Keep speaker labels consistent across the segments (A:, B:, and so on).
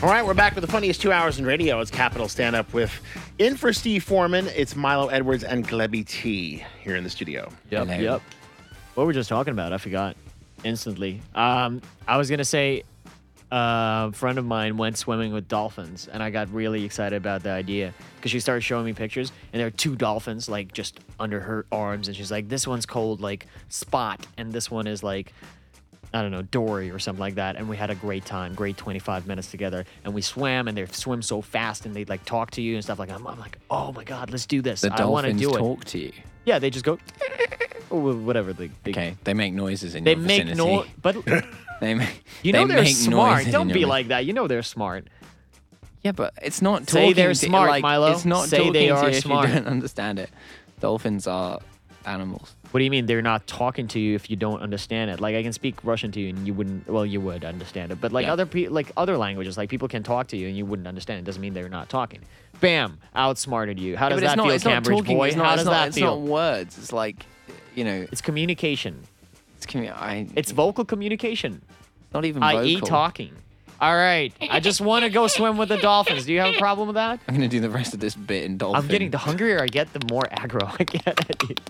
A: All right, we're back with the funniest two hours in radio. It's Capital Stand Up with, in for Steve Foreman, it's Milo Edwards and Glebby T here in the studio.
B: Yep.
C: Hello.
B: Yep. What were we just talking about? I forgot instantly. Um, I was gonna say a friend of mine went swimming with dolphins, and I got really excited about the idea because she started showing me pictures, and there are two dolphins like just under her arms, and she's like, "This one's called like Spot, and this one is like." I don't know, Dory or something like that. And we had a great time, great 25 minutes together. And we swam and they swim so fast and they like talk to you and stuff like that. I'm, I'm like, oh my God, let's do this.
C: The
B: I want to
C: dolphins
B: do it.
C: talk to you.
B: Yeah, they just go or whatever. They, they,
C: Okay, they make noises in
B: they
C: your
B: make
C: vicinity.
B: no, but
C: They make.
B: you know
C: they
B: they're
C: make
B: smart.
C: noises in
B: Don't
C: your
B: be
C: vicinity.
B: like that. You know they're smart.
C: Yeah, but it's not
B: Say
C: talking
B: they're
C: to-
B: smart,
C: like,
B: Milo.
C: It's not
B: Say they
C: talking to
B: are
C: you if
B: smart.
C: You don't understand it. Dolphins are animals.
B: What do you mean they're not talking to you if you don't understand it? Like I can speak Russian to you and you wouldn't. Well, you would understand it, but like
C: Yeah.
B: other pe- like other languages, like people can talk to you and you wouldn't understand. It doesn't mean they're not talking. Bam! Outsmarted you. How
C: Yeah,
B: does
C: but it's
B: that
C: not.
B: feel,
C: it's
B: Cambridge
C: not talking.
B: boy?
C: It's not.
B: How
C: it's
B: does
C: not,
B: that
C: it's
B: feel?
C: not words. It's like, you know,
B: it's communication.
C: it's commu- I,
B: It's E vocal communication.
C: not even vocal.
B: I.e. talking. All right. I just want to go swim with the dolphins. Do you have a problem with that?
C: I'm gonna do the rest of this bit in dolphin.
B: I'm getting the hungrier I get, the more aggro I get.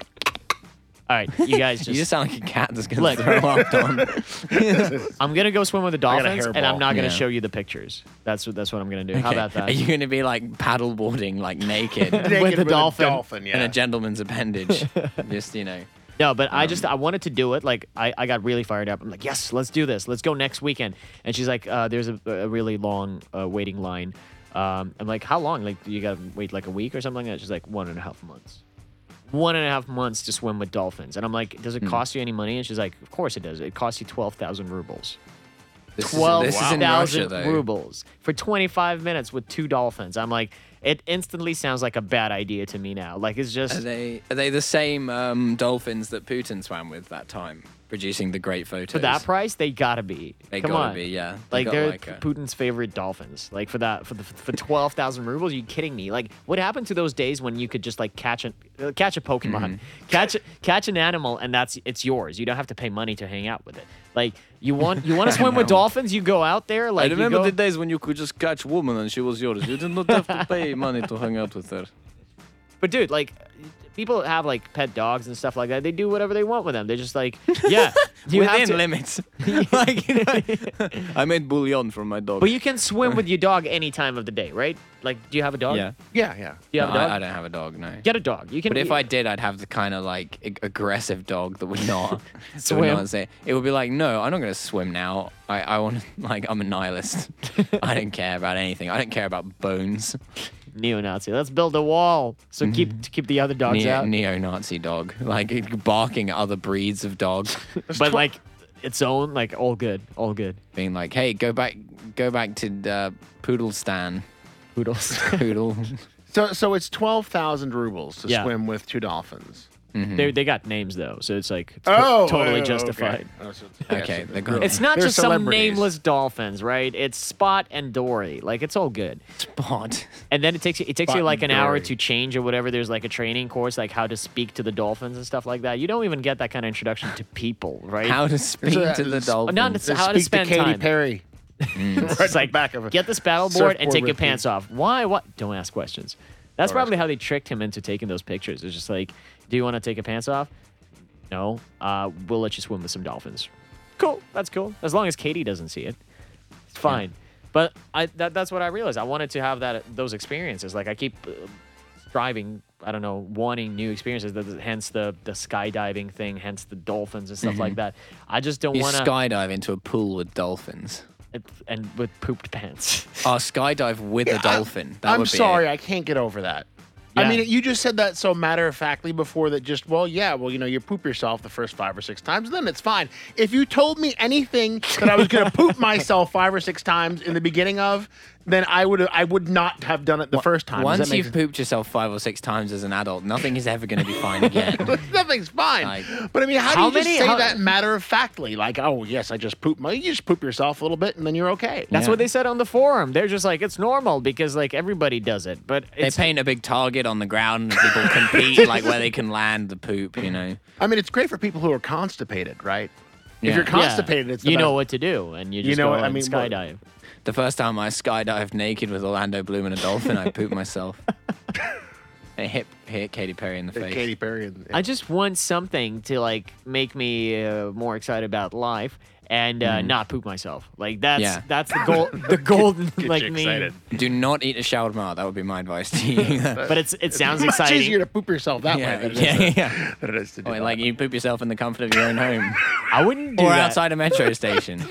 B: All right, you guys just.
C: You just sound like a cat that's gonna
B: Look.
C: throw up. Don.
B: I'm gonna go swim with the
A: got a
B: dolphins, and I'm
A: hairball.
B: not gonna
C: Yeah.
B: show you the pictures. That's what that's what I'm gonna do. How
C: Okay,
B: about that?
C: Are you gonna be like paddleboarding like naked
A: Naked
B: the dolphin.
A: yeah.
C: in a gentleman's appendage? just you know.
B: no, but I
C: Um,
B: just I wanted to do it. Like I, I got really fired up. I'm like, yes, let's do this. Let's go next weekend. And she's like, uh, there's a, a really long uh, waiting line. Um, I'm like, how long? Like you gotta wait like a week or something like that. She's like, one and a half months. one and a half months to swim with dolphins. And I'm like, does it
C: Hmm.
B: cost you any money? And she's like, of course it does. It costs you 12,000 rubles.
C: This is, this is in Russia
B: 12,000
C: though.
B: rubles for 25 minutes with two dolphins. I'm like, it instantly sounds like a bad idea to me now. Like, it's
C: Are
B: just,
C: they are they the same um, dolphins that Putin swam with that time, producing the great photos?
B: for that price, they gotta be.
C: They
B: Come
C: gotta
B: on.
C: be, yeah. They
B: Like,
C: got
B: they're
C: like a-
B: Putin's favorite dolphins. Like, for that, for, the, for 12,000 rubles, are you kidding me? Like, what happened to those days when you could just, like, catch, an, uh, catch a Pokemon,
C: Mm-hmm.
B: catch, a- catch an animal, and that's, it's yours. You don't have to pay money to hang out with it. Like, you want, you want to swim with
C: know.
B: dolphins? You go out there, like,
C: I
B: you
C: remember
B: go-
C: the days when you could just catch woman and she was yours. You did not have to pay money to hang out with her.
B: But dude, like people that have like pet dogs and stuff like that. They do whatever they want with them. They're just like, yeah, you
C: Within
B: have to.
C: limits. like, you know, I made bouillon from my dog.
B: But you can swim with your dog any time of the day, right? Like, do you have a dog?
C: yeah.
A: yeah, yeah.
B: Do you have
C: No,
B: a dog?
C: I, I don't have a dog, no.
B: Get a dog. You can.
C: But if I did, I'd have the kind of like ag- aggressive dog that would not that would
B: Swim.
C: not say it would be like, no, I'm not gonna swim now. I, I want to like I'm a nihilist. I don't care about anything. I don't care about bones.
B: neo-Nazi, let's build a wall so keep to keep the other dogs
C: Mm-hmm. Neo
B: out.
C: neo-Nazi dog, like barking at other breeds of dogs,
B: but like its own, like all good, all good.
C: being like, hey, go back, go back to uh, poodle stan,
B: Poodles.
C: poodle.
A: So, so it's 12,000 rubles to
B: Yeah.
A: swim with two dolphins.
C: Mm-hmm.
B: they they got names though, so it's like it's
A: oh,
B: totally
A: okay.
B: justified.
A: Oh, so it's-
C: Okay,
A: so
C: they're good.
B: It's not
A: They're
B: just some
A: celebrities.
B: nameless dolphins, right? It's Spot and Dory. Like it's all good.
C: Spot.
B: And then it takes you, it takes you
A: Button
B: like an hour
A: Dory.
B: to change or whatever. There's like a training course, like how to speak to the dolphins and stuff like that. You don't even get that kind of introduction to people, right?
C: How to speak
A: So, uh,
C: to the
A: s- oh,
C: dolphin.
B: no, it's-
A: They
B: how to
A: speak
B: spend
A: Katy
B: time.
A: Perry.
B: It's
A: Right in the
B: like
A: back of a
B: get the paddleboard
A: surfboard
B: and take your
A: with the-
B: pants off. Why? What? Don't ask questions. That's
A: Don't
B: probably how they tricked him into taking those pictures. It's just like, do you want to take your pants off? No. Uh, we'll let you swim with some dolphins. Cool. That's cool. As long as Katie doesn't see it, it's fine. But I that, that's what I realized. I wanted to have that those experiences. Like I keep uh, striving. I don't know, wanting new experiences. That- Hence the the skydiving thing. Hence the dolphins and stuff
A: Mm-hmm.
B: like that. I just don't
C: you
B: want to
C: skydive into a pool with dolphins.
B: and with pooped pants.
C: Oh, skydive with a dolphin. That
A: I'm
C: would be it.
A: sorry, I can't get over that. I
B: Yeah.
A: mean, you just said that so matter of factly before that just, well, yeah, well, you know, you poop yourself the first five or six times, then it's fine. If you told me anything that I was going to poop myself five or six times in the beginning of, then I would I would not have done it the first time. Does that
C: Once
A: make
C: you've
A: sense?
C: pooped yourself five or six times as an adult, nothing is ever going to be fine again.
A: Nothing's fine.
C: Like-
A: but I mean, how,
B: How
A: do you
B: many-
A: just say
B: how-
A: that matter of factly? Like, oh yes, I just poop my. You just poop yourself a little bit, and then you're okay.
B: That's
C: Yeah.
B: what they said on the forum. They're just like it's normal because like everybody does it, but
C: they
B: it's
C: paint a big target on the ground and people compete, like where they can land the poop, you know.
A: I mean, it's great for people who are constipated, right? If
C: Yeah.
A: you're
C: Yeah.
A: constipated, it's the
B: you know
A: best.
B: what to do, and you just
A: know
B: go
A: what, I
B: and
A: mean, what-
B: skydive.
C: The first time I skydived naked with Orlando Bloom and a dolphin, I pooped myself. It hit, hit Katy Perry in the face.
A: Katy Perry. And,
B: I just want something to like make me uh, more excited about life and uh, not poop myself. Like that's
C: Yeah.
B: that's the goal. The golden
A: you
B: like me.
A: excited.
C: Do not eat a shawarma. That would be my advice to you.
B: But it's it sounds
A: much
B: exciting.
A: easier to poop yourself that
C: yeah,
A: way than,
C: yeah,
A: it is
C: yeah.
A: to, than it is to do.
C: Or,
A: that.
C: like you poop yourself in the comfort of your own home,
B: I wouldn't do
C: or
B: that.
C: outside a metro station.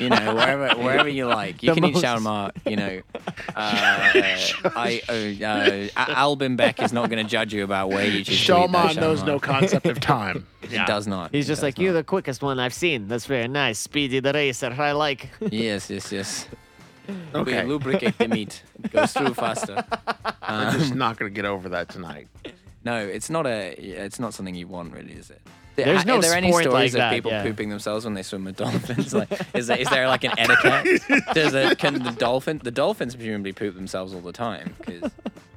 C: You know, wherever wherever you like. You
B: The
C: can
B: most-
C: eat shawarma. You know, uh, I uh, uh, Al- Albin Beck is not going to judge you about where you choose to eat
A: Shalman
C: that
A: knows
C: shawarma.
A: no concept of time.
C: He does not.
B: He's
C: He
B: just
C: does
B: like you're the quickest one I've seen. That's very nice, Speedy the racer. I like.
C: not. Yes, yes, yes.
A: Okay.
C: We lubricate the meat. It goes through faster.
A: We're
C: Um,
A: just not going to get over that tonight.
C: No, it's not a. It's not something you want, really, is it?
B: There's
C: Are
B: no
C: there any
B: sport like
C: stories of
B: that,
C: people
B: yeah.
C: pooping themselves when they swim with dolphins? like, is there, is there like an etiquette? Does the, can the dolphin the dolphins presumably poop themselves all the time because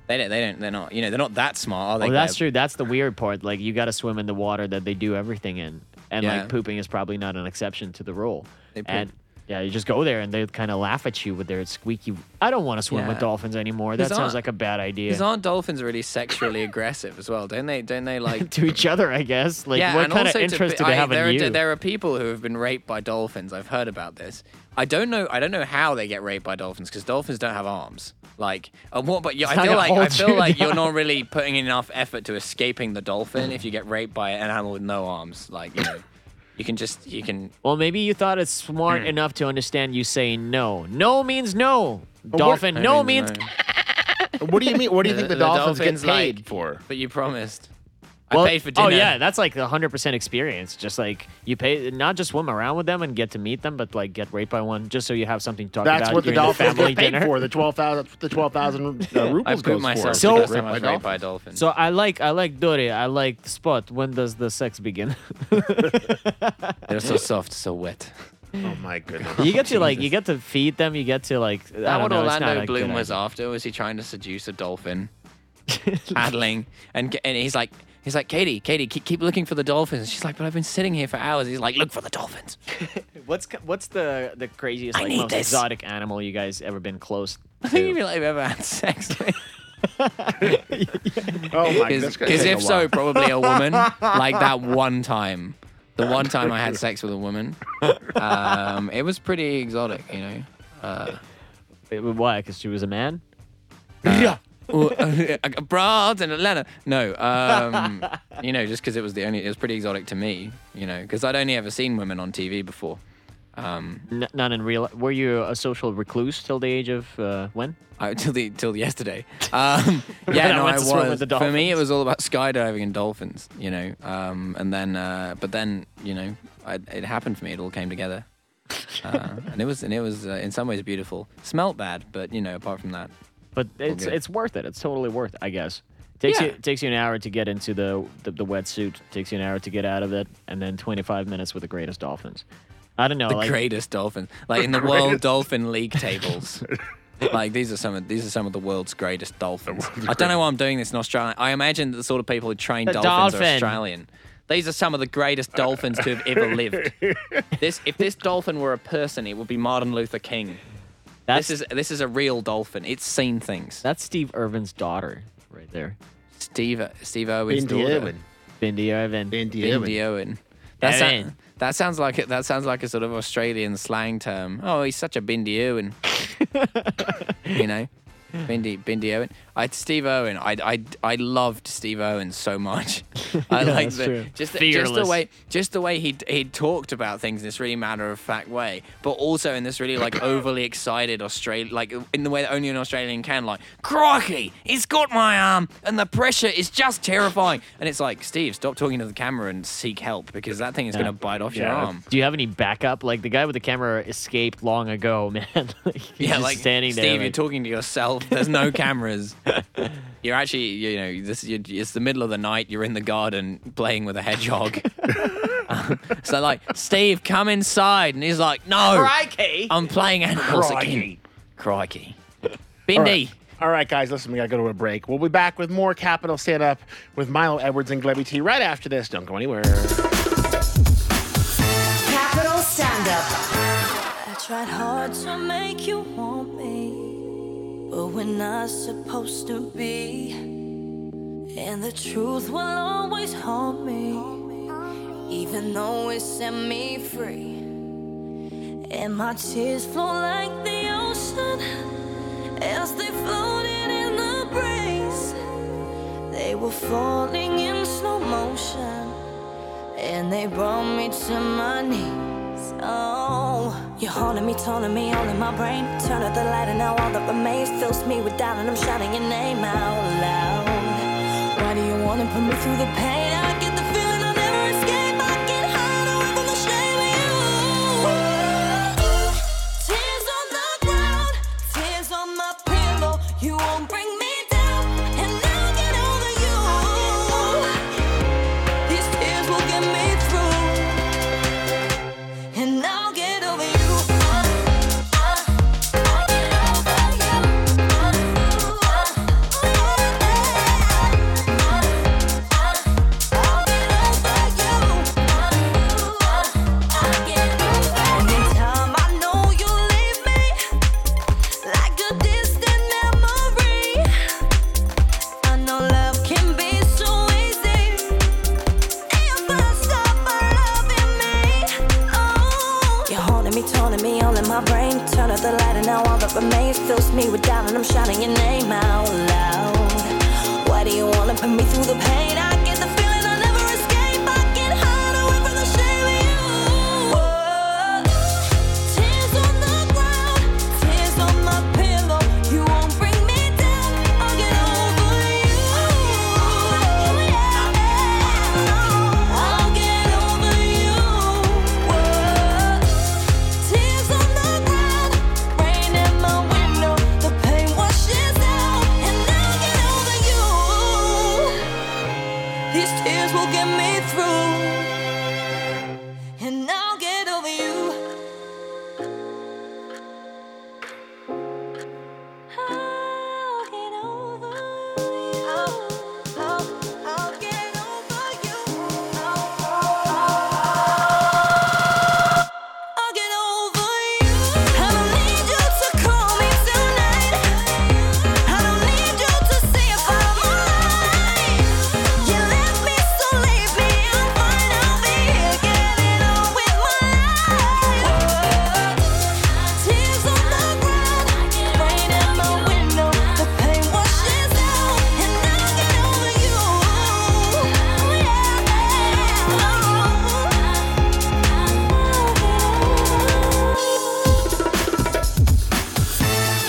C: they don't they don't they're not you know they're not that smart are they?
B: Well, that's
C: Claire?
B: true. That's the weird part. Like you got to swim in the water that they do everything in, and
C: Yeah.
B: like pooping is probably not an exception to the rule.
C: They poop.
B: And yeah, you just go there and they kind of laugh at you with their squeaky. I don't want to swim with
C: Yeah.
B: dolphins anymore. That
C: Bizarre.
B: sounds like a bad idea.
C: Because aren't dolphins really sexually aggressive as well? Don't they? Don't they like?
B: to each other, I guess. Like,
C: yeah,
B: what
C: and
B: kind of
C: also to
B: interest
C: be-
B: do they
C: I-
B: have in
C: there are,
B: you?
C: There are people who have been raped by dolphins. I've heard about this. I don't know. I don't know how they get raped by dolphins because dolphins don't have arms. Like, uh, what? But yeah,
B: not
C: I feel
B: gonna
C: like I
B: hold you
C: feel like
B: down.
C: you're not really putting in enough effort to escaping the dolphin if you get raped by an animal with no arms. Like, you know, you can just you can.
B: well, maybe you thought it's smart
C: Mm.
B: enough to understand you saying no. No means no. Dolphin,
C: I
B: no
C: mean,
B: means.
C: no.
A: What do you mean? What do you think the,
C: The- the
A: dolphins,
C: dolphins
A: get paid
C: like-
A: for?
C: But you promised.
B: Well,
C: I paid for dinner.
B: Oh yeah, that's like a hundred percent experience. Just like you pay, not just swim around with them and get to meet them, but like get raped by one, just so you have something to talk
A: That's
B: about
A: what the
B: during
A: dolphins
B: family
A: get paid
B: dinner.
A: for. The twelve thousand, the twelve thousand uh,
C: I
A: rupees
C: put
A: goes
C: myself.
A: for.
B: So-
C: so
B: because
C: I was raped by a dolphin.
B: So I like, I like Dory, I like the spot. When does the sex begin?
C: they're so soft, so wet.
A: oh my goodness.
B: you get to like, you get to feed them. You get to like. I
C: that
B: don't
C: what
B: know, it's not
C: Orlando
B: a
C: Bloom
B: good
C: was
B: idea.
C: after? Was he trying to seduce a dolphin? Paddling. And, and he's like, he's like, Katie, Katie, keep, keep looking for the dolphins. She's like, but I've been sitting here for hours. He's like, look for the dolphins.
B: What's co- what's the the craziest
C: I
B: like
C: need
B: most
C: this.
B: exotic animal you guys ever been close?
C: I
B: to?
C: think you feel like you've ever had sex with.
A: Oh my goodness.
C: Because if so, probably a woman. like that one time. The one time I had sex with a woman. Um, it was pretty exotic, you know.
B: It- Why? Because she was a man.
A: yeah.
C: Well, Broads in Atlanta. No, um, you know, just because it was the only, it was pretty exotic to me, you know, because I'd only ever seen women on TV before.
B: N- not in real. Were you a social recluse till the age of uh, when?
C: I, till the till yesterday. Um, yeah,
B: I
C: no,
B: went
C: I
B: to swim
C: was.
B: with the
C: For me, it
B: dolphins.
C: was all about skydiving and dolphins, you know. Um, and then, uh, but then, you know, I, it happened for me. It all came together, uh, and it was, and it was uh, in some ways beautiful. Smelt bad, but you know, apart from that,
B: But it's
C: good.
B: it's worth it. It's totally worth. it, I guess. Takes you takes you an hour to get into the, the the wetsuit. Takes you an hour to get out of it, and then twenty five minutes with the greatest dolphins. I don't know.
C: the
B: like,
C: greatest dolphins, like in the world dolphin league tables. like these are some of these are some of the world's greatest dolphins. I don't know why I'm doing this in Australia. I imagine that the sort of people who train
B: The
C: dolphins
B: dolphin.
C: are Australian. These are some of the greatest dolphins to have ever lived. This, if this dolphin were a person, it would be Martin Luther King.
B: that's
C: This is this is a real dolphin. It's seen things.
B: that's Steve Irvin's daughter right there,
C: Steve Steve Irwin's
A: Indy
C: daughter.
A: Irwin.
B: Bindi Irvin.
A: Indy
C: Indy
A: Irwin.
C: Irwin. That, sound,
B: Irwin.
C: that sounds like it. That sounds like a sort of Australian slang term. Oh, he's such a Bindi Irwin. you know, Bindi Bindi Irwin. I Steve Irwin. I I I loved Steve Irwin so much. I
B: Yeah,
C: like
B: that's
C: the,
B: true.
C: just the, just the
B: Fearless.
C: way just the way he he talked about things in this really matter of fact way, but also in this really like overly excited Australian like in the way that only an Australian can like crikey, he's got my arm and the pressure is just terrifying. And it's like Steve, stop talking to the camera and seek help because that thing is going to bite off your
A: Yeah.
C: arm.
B: Do you have any backup? Like the guy with the camera escaped long ago, man. like, he's
C: Yeah,
B: just
C: like
B: standing
C: Steve,
B: there.
C: you're
B: like-
C: talking to yourself. There's no cameras. You're actually, you know, this. You're, it's the middle of the night. You're in the garden playing with a hedgehog. Um, so like, Steve, come inside, and he's like, No, I'm playing animals again. Crikey, Bindi.
A: All right, guys, listen, we got to go to a break. We'll be back with more Capital Stand Up with Milo Edwards and Glebby T right after this. Don't go anywhere.
D: Capital I make you want me, but we're not supposed to be. And the truth will always haunt me, even though it set me free. And my tears flow like the ocean as they floated in the breeze. They were falling in slow motion, and they brought me to my knees. Oh, you're haunting me, taunting me, all in my brain. Turn out the light, and now all that remains fills me with doubt, and I'm shouting your name out loud. Why do you want to put me through the pain? I get the feeling I'll never escape. I get high away from the shame of you. Tears on the ground, tears on my pillow. You won't bring me down, and I'll get over you. These tears will get me through. And I'll get over you. Anytime I know you leave me, like a distant memory. I know love can be so easy. Oh. You're haunting me, taunting me, all in my brain. Turn out the light, and now all that remains fills me with doubt, and I'm shouting your name out loud. Why do you wanna put me through the pain? I get the feeling I'll never escape. I get hide away from the shame of you. Tears on the ground, tears on my pillow. You won't bring me down. I'll get over you. I'll get over you. Tears on the ground, rain in my window. The pain washes out, and I'll get over you. These tears will get me through, and I'll get over you. I'll get over you. I'll get over you. I'll get over you. I don't need you to call me tonight. I don't need you to see if I'm alright. You left me, so leave me. I'm fine. I'll be here, getting on with my life. Tears on the ground, rain in my window. The pain washes out, and I'll get over you. Oh, Yeah. Oh.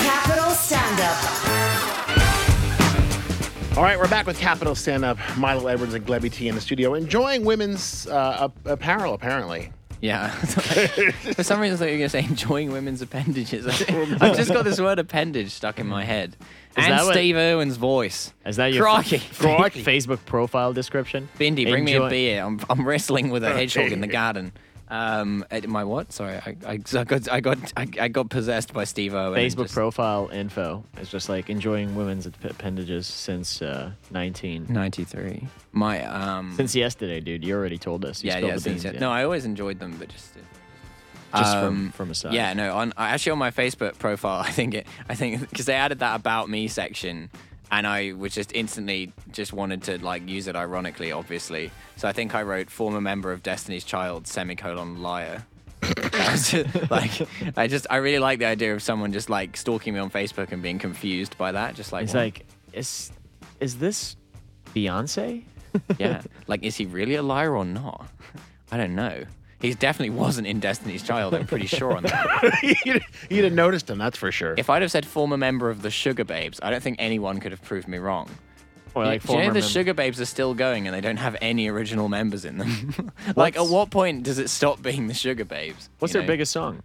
E: Capital Stand Up.
A: All right, we're back with Capital Stand Up. Milo Edwards and Glebby T in the studio, enjoying women's uh, ap- apparel, apparently.
C: Yeah. For some reason, I thought you were going to say enjoying women's appendages. I've just got this word appendage stuck in my head.
B: Is
C: and
B: that what-
C: Steve Irwin's voice.
B: Is that your
C: Crikey.
A: Crikey.
B: Facebook profile description?
C: Bindi, bring me
B: Enjoy-
C: a beer. I'm, I'm wrestling with a hedgehog in the garden. Um, at my what? Sorry, I, I, I got I got I, I got possessed by Steve Irwin. and
B: Facebook
C: just-
B: profile info. It's just like enjoying women's app- appendages since uh, 19.
C: 93. My um.
B: Since yesterday, dude. You already told us. You
C: yeah,
B: spilled
C: yeah,
B: the
C: since,
B: beans, yeah.
C: No, I always enjoyed them, but just.
B: just
C: Um,
B: from, from a side.
C: Yeah, no. On I- actually, on my Facebook profile, I think it. I think because they added that about me section, and I was just instantly just wanted to like use it ironically, obviously. So I think I wrote former member of Destiny's Child semicolon liar. I was just, like I just I really like the idea of someone just like stalking me on Facebook and being confused by that. Just like
B: It's
C: what?
B: like, is, is this Beyonce?
C: yeah, like is he really a liar or not? I don't know. He definitely wasn't in Destiny's Child. I'm pretty sure on that.
A: you'd, you'd have noticed him, that's for sure.
C: If I'd have said former member of the Sugar Babes, I don't think anyone could have proved me wrong.
B: Or like
C: Do you
B: former
C: know the
B: mem-
C: Sugar Babes are still going and they don't have any original members in them? like, at
B: What's-
C: what point does it stop being the Sugar Babes?
B: What's
C: you
B: their
C: know?
B: biggest song?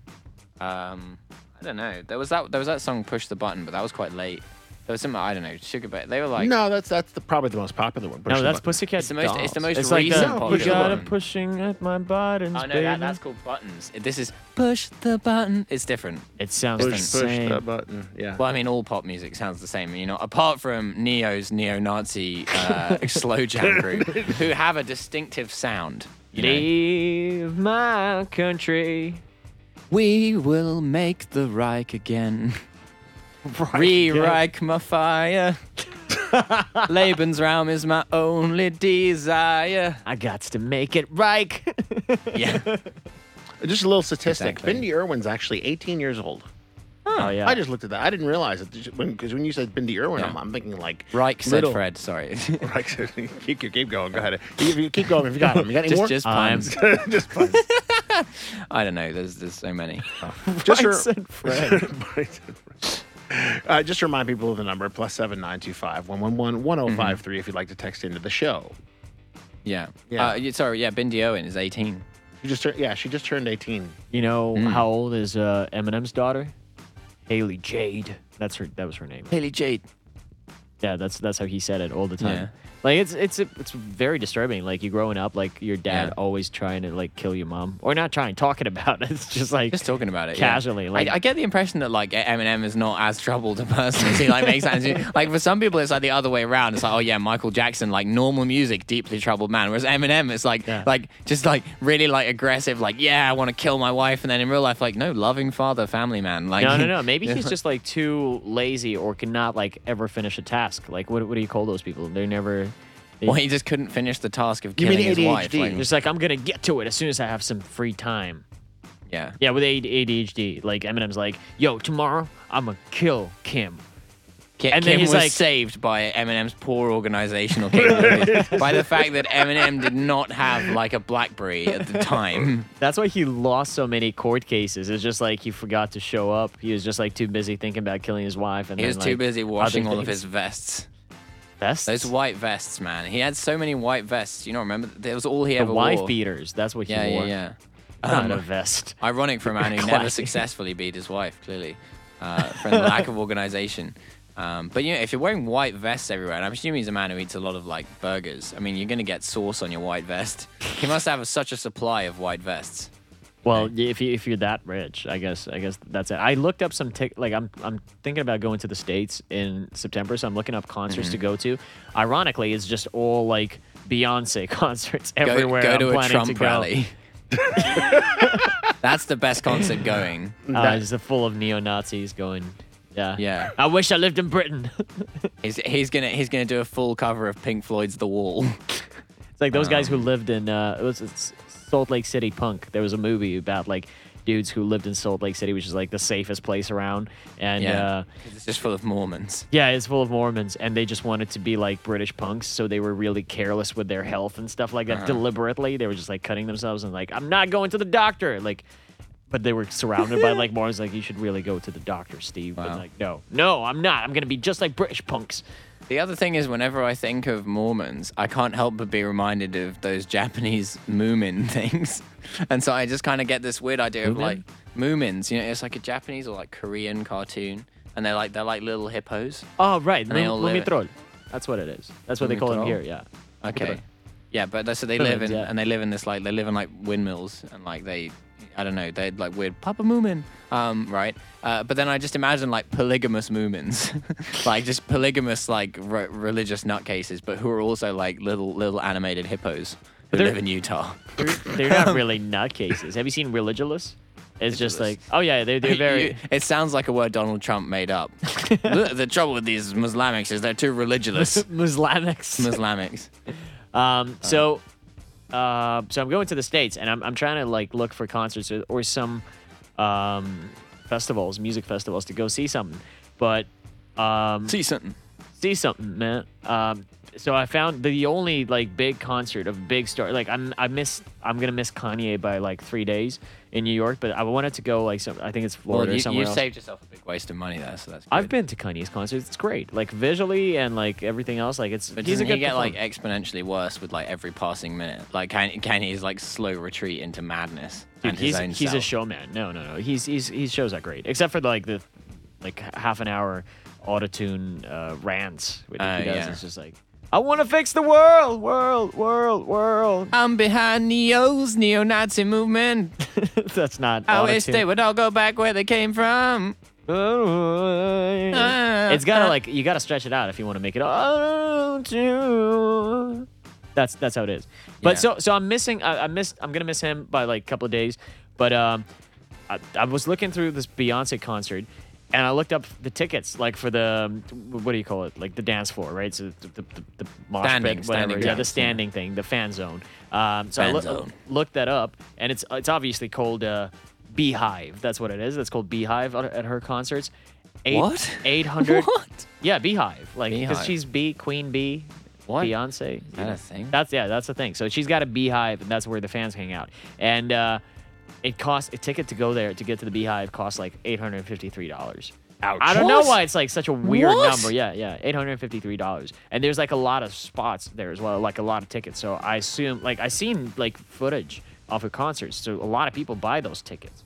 C: Um, I don't know. There was that. There was that song "Push the Button," but that was quite late. There was some. I don't know. Sugar Babes. They were like.
A: no, that's that's the, probably the most popular one. Push
B: No,
A: the
B: that's
A: button.
B: Pussycat
C: It's the most- it's the
B: Dolls.
C: most
B: it's like
C: recent
B: the,
A: popular
B: You gotta
C: one.
B: pushing at my buttons,
C: Oh no, that,
B: baby.
C: that's called buttons. This is push the button. It's different.
B: It sounds the
A: Push, push
B: same.
A: the button. Yeah.
C: Well, I mean, all pop music sounds the same, you know, apart from Neo's neo-Nazi uh, slow jam group, who have a distinctive sound. You know?
B: Leave my country.
C: We will make the Reich again. Re-Reich my fire. Lebensraum is my only desire.
B: I got to make it right.
C: Yeah.
A: Just a little statistic.
C: Exactly.
A: Bindi Irwin's actually 18 years old.
B: oh yeah.
A: I just looked at that. I didn't realize it because when, 'cause when you said Bindi Irwin,
C: Yeah.
A: I'm, I'm thinking like
C: Reich said
A: little-
C: Fred, sorry.
A: Reich said, keep, keep- keep going. Go ahead. You- you keep going. If you got him, you got any more? Uh,
C: just just
B: I'm-
C: puns.
A: just fun.
C: I don't know. There's there's so many.
A: Just
B: Reich
A: re-
B: said Fred.
A: Reich said Fred. Uh, just to remind people of the number plus seven nine two five one one one one
C: Mm-hmm.
A: zero five three. If you'd like to text into the show,
C: Yeah.
A: Yeah.
C: Uh, yeah, sorry. Yeah. Bindi Owen is 18.
A: she just tur- yeah, she just turned eighteen.
B: you know
C: Hmm.
B: how old is uh, Eminem's daughter? Haley Jade. That's her. That was her name.
C: Haley Jade.
B: Yeah, that's that's how he said it all the time.
C: Yeah.
B: Like it's it's it's very disturbing. Like you growing up, like your dad
C: Yeah.
B: always trying to like kill your mom, or not trying, talking about it. It's just like
C: Just talking about it. yeah.
B: casually. Like
C: I, I get the impression that like Eminem is not as troubled a person as he like makes out. to- Like for some people, it's like the other way around. It's like, oh yeah, Michael Jackson, like normal music, deeply troubled man. Whereas Eminem is like,
B: Yeah.
C: like just like really like aggressive, like yeah, I want to kill my wife, and then in real life, like no, loving father, family man. Like
B: no, no, no. Maybe he's just like too lazy or cannot like ever finish a task. Like what what do you call those people? They're never. they-
C: Well, he just couldn't finish the task of
A: You mean
C: killing his wife.
A: ADHD?
C: Like,
B: just like I'm gonna get to it as soon as I have some free time.
C: yeah.
B: Yeah, with ADHD, like Eminem's like, "Yo, tomorrow I'm gonna kill Kim."
C: Ki-
B: And then
C: Kim
B: he's
C: was
B: like-
C: saved by Eminem's poor organizational capabilities, by the fact that Eminem did not have like a BlackBerry at the time.
B: That's why he lost so many court cases. It's just like he forgot to show up. He was just like too busy thinking about killing his wife, and
C: He
B: then,
C: was too
B: like,
C: busy washing
B: other
C: all of
B: things.
C: his vests.
B: vests.
C: Those white vests, man. He had so many white vests. You know, remember that was all he
B: the
C: ever
B: wife
C: wore.
B: beaters. That's what he
C: Yeah, yeah, Uh-huh.
B: wore.
C: yeah.
B: Not a vest.
C: Ironic for a man who never
B: Classy.
C: successfully beat his wife, clearly, uh, from the lack of organization. Um, but you know, if you're wearing white vests everywhere, and I'm assuming he's a man who eats a lot of like burgers. I mean, you're gonna get sauce on your white vest. He must have such a supply of white vests.
B: Well, y- if you if you're that rich, I guess I guess that's it. I looked up some tick like I'm I'm thinking about going to the states in September, so I'm looking up concerts
C: Mm-hmm.
B: to go to. Ironically, it's just all like Beyonce concerts
C: Go,
B: everywhere.
C: go
B: I'm
C: to a
B: planning
C: Trump
B: to go.
C: rally. That's the best concert going.
B: Uh, it's full of neo Nazis going. Yeah.
C: Yeah.
B: I wish I lived in Britain.
C: He's, he's gonna he's gonna do a full cover of Pink Floyd's The Wall.
B: It's like those guys who lived in uh, it was it's Salt Lake City punk. There was a movie about like dudes who lived in Salt Lake City, which is like the safest place around, and
C: Yeah.
B: uh,
C: It's just full of Mormons.
B: yeah, it's full of Mormons, and they just wanted to be like British punks, so they were really careless with their health and stuff like that.
C: Uh-huh.
B: Deliberately, they were just like cutting themselves and like, I'm not going to the doctor, like. But they were surrounded by like Mormons, like you should really go to the doctor, Steve. But
C: Wow.
B: like, no, no, I'm not. I'm gonna be just like British punks.
C: The other thing is, whenever I think of Mormons, I can't help but be reminded of those Japanese Moomin things. And so I just kind of get this weird idea of
B: Moomin?
C: like Moomins, you know, it's like a Japanese or like Korean cartoon. And they're like, they're like little hippos.
B: Oh right,
C: they all live it.
B: Lumitrol. That's what it is. That's what they call them
C: Lumitrol?
B: here. Yeah.
C: Okay. Yeah, but that's- so they
B: Moomins,
C: live in,
B: yeah.
C: and they live in this like, they live in like windmills and like they, I don't know, they're like weird Papa Moomin, um, right? Uh, but then I just imagine like polygamous Moomins, like just polygamous like re- religious nutcases, but who are also like little little animated hippos who
B: They're-
C: live in Utah.
B: They're not really nutcases. Have you seen Religulous? It's just like, oh yeah, they're, they're
C: You-
B: very.
C: it sounds like a word Donald Trump made up. the, the trouble with these Muslimics is they're too religious.
B: Muslimics.
C: Muslimics.
B: Um, so, uh, so I'm going to the states, and I'm, I'm trying to like look for concerts or, or some um, festivals, music festivals, to go see something. But um,
C: See something.
B: see something, man. Um, so I found the only like big concert of big star. Like I'm, I miss. I'm gonna miss Kanye by like three days in New York, but I wanted to go like some. I think it's Florida
C: Well,
B: or
C: you,
B: somewhere
C: you
B: else.
C: saved yourself a big waste of money there, so that's. Good.
B: I've been to Kanye's concerts. It's great, like visually and like everything else. Like it's
C: But
B: he's a
C: doesn't
B: good
C: he get like
B: performer.
C: exponentially worse with like every passing minute? Like Kanye, Kanye's like slow retreat into madness.
B: Dude,
C: and
B: he's
C: his own
B: he's a
C: self.
B: showman. No, no, no. He's he's he shows that great, except for like the like h- half an hour autotune uh, rants which
C: Uh,
B: he does.
C: yeah.
B: It's just like I want to fix the world, world, world, world.
C: I'm behind Neo's neo-Nazi movement.
B: That's not.
C: I wish
B: autotune.
C: they would all go back where they came from.
B: it's
C: Uh,
B: gotta like you gotta stretch it out if you want to make it auto-tune. that's that's how it is but
C: Yeah.
B: so so i'm missing I, I missed i'm gonna miss him by like a couple of days but um I, I was looking through this Beyonce concert, and I looked up the tickets, like for the um, what do you call it, like the dance floor, right? So the the, the, the mosh
C: Standing-
B: pit, whatever.
C: standing
B: yeah, the
C: dance, yeah.
B: standing thing, the fan zone. Um, so I
C: Fan
B: loo-
C: zone.
B: looked that up, and it's it's obviously called uh, Beehive. That's what it is. It's called Beehive at, at her concerts. Eight,
C: What?
B: Eight hundred.
C: What?
B: Yeah, Beehive. Like because
C: Beehive.
B: she's Bee Queen Bee.
C: What?
B: Beyonce. Is
C: that a thing?
B: That's yeah, that's the thing. So she's got a beehive, and that's where the fans hang out. And uh, it costs a ticket to go there to get to the beehive costs like eight hundred and fifty three dollars.
A: Ouch.
B: I don't know
C: What?
B: why it's like such a weird
C: What?
B: number. Yeah, yeah, eight hundred and fifty three dollars. And there's like a lot of spots there as well, like a lot of tickets. So I assume, like, I seen like footage of her concerts. So a lot of people buy those tickets.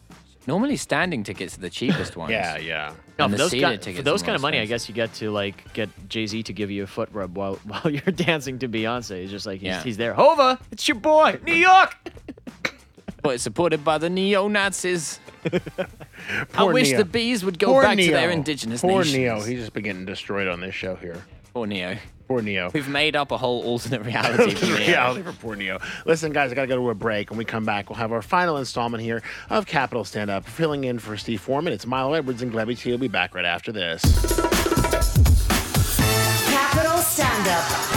C: Normally, standing tickets are the cheapest ones.
A: Yeah, yeah.
B: No,
C: And
B: for
C: the
B: those,
C: seated
B: kind,
C: tickets
B: for
C: are
B: those
C: more
B: kind of money, I
C: expensive.
B: guess you get to like get Jay Z to give you a foot rub while while you're dancing to Beyonce. It's just like he's,
C: Yeah.
B: he's there. Hova, it's your boy, New York.
C: But it's supported by the neo Nazis. I
A: Poor
C: wish
A: Neo.
C: the bees would go
A: Poor
C: back to
A: Neo.
C: their indigenous
A: Poor
C: nations.
A: Neo. He's just been getting destroyed on this show here.
C: Poor Neo.
A: Poor Neo.
C: We've made up a whole alternate reality for Neo.
A: reality for poor Neo. Listen, guys, I got to go to a break. When we come back, we'll have our final installment here of Capital Stand Up, filling in for Steve Foreman. It's Milo Edwards and Glebby T. will be back right after this.
E: Capital Stand Up.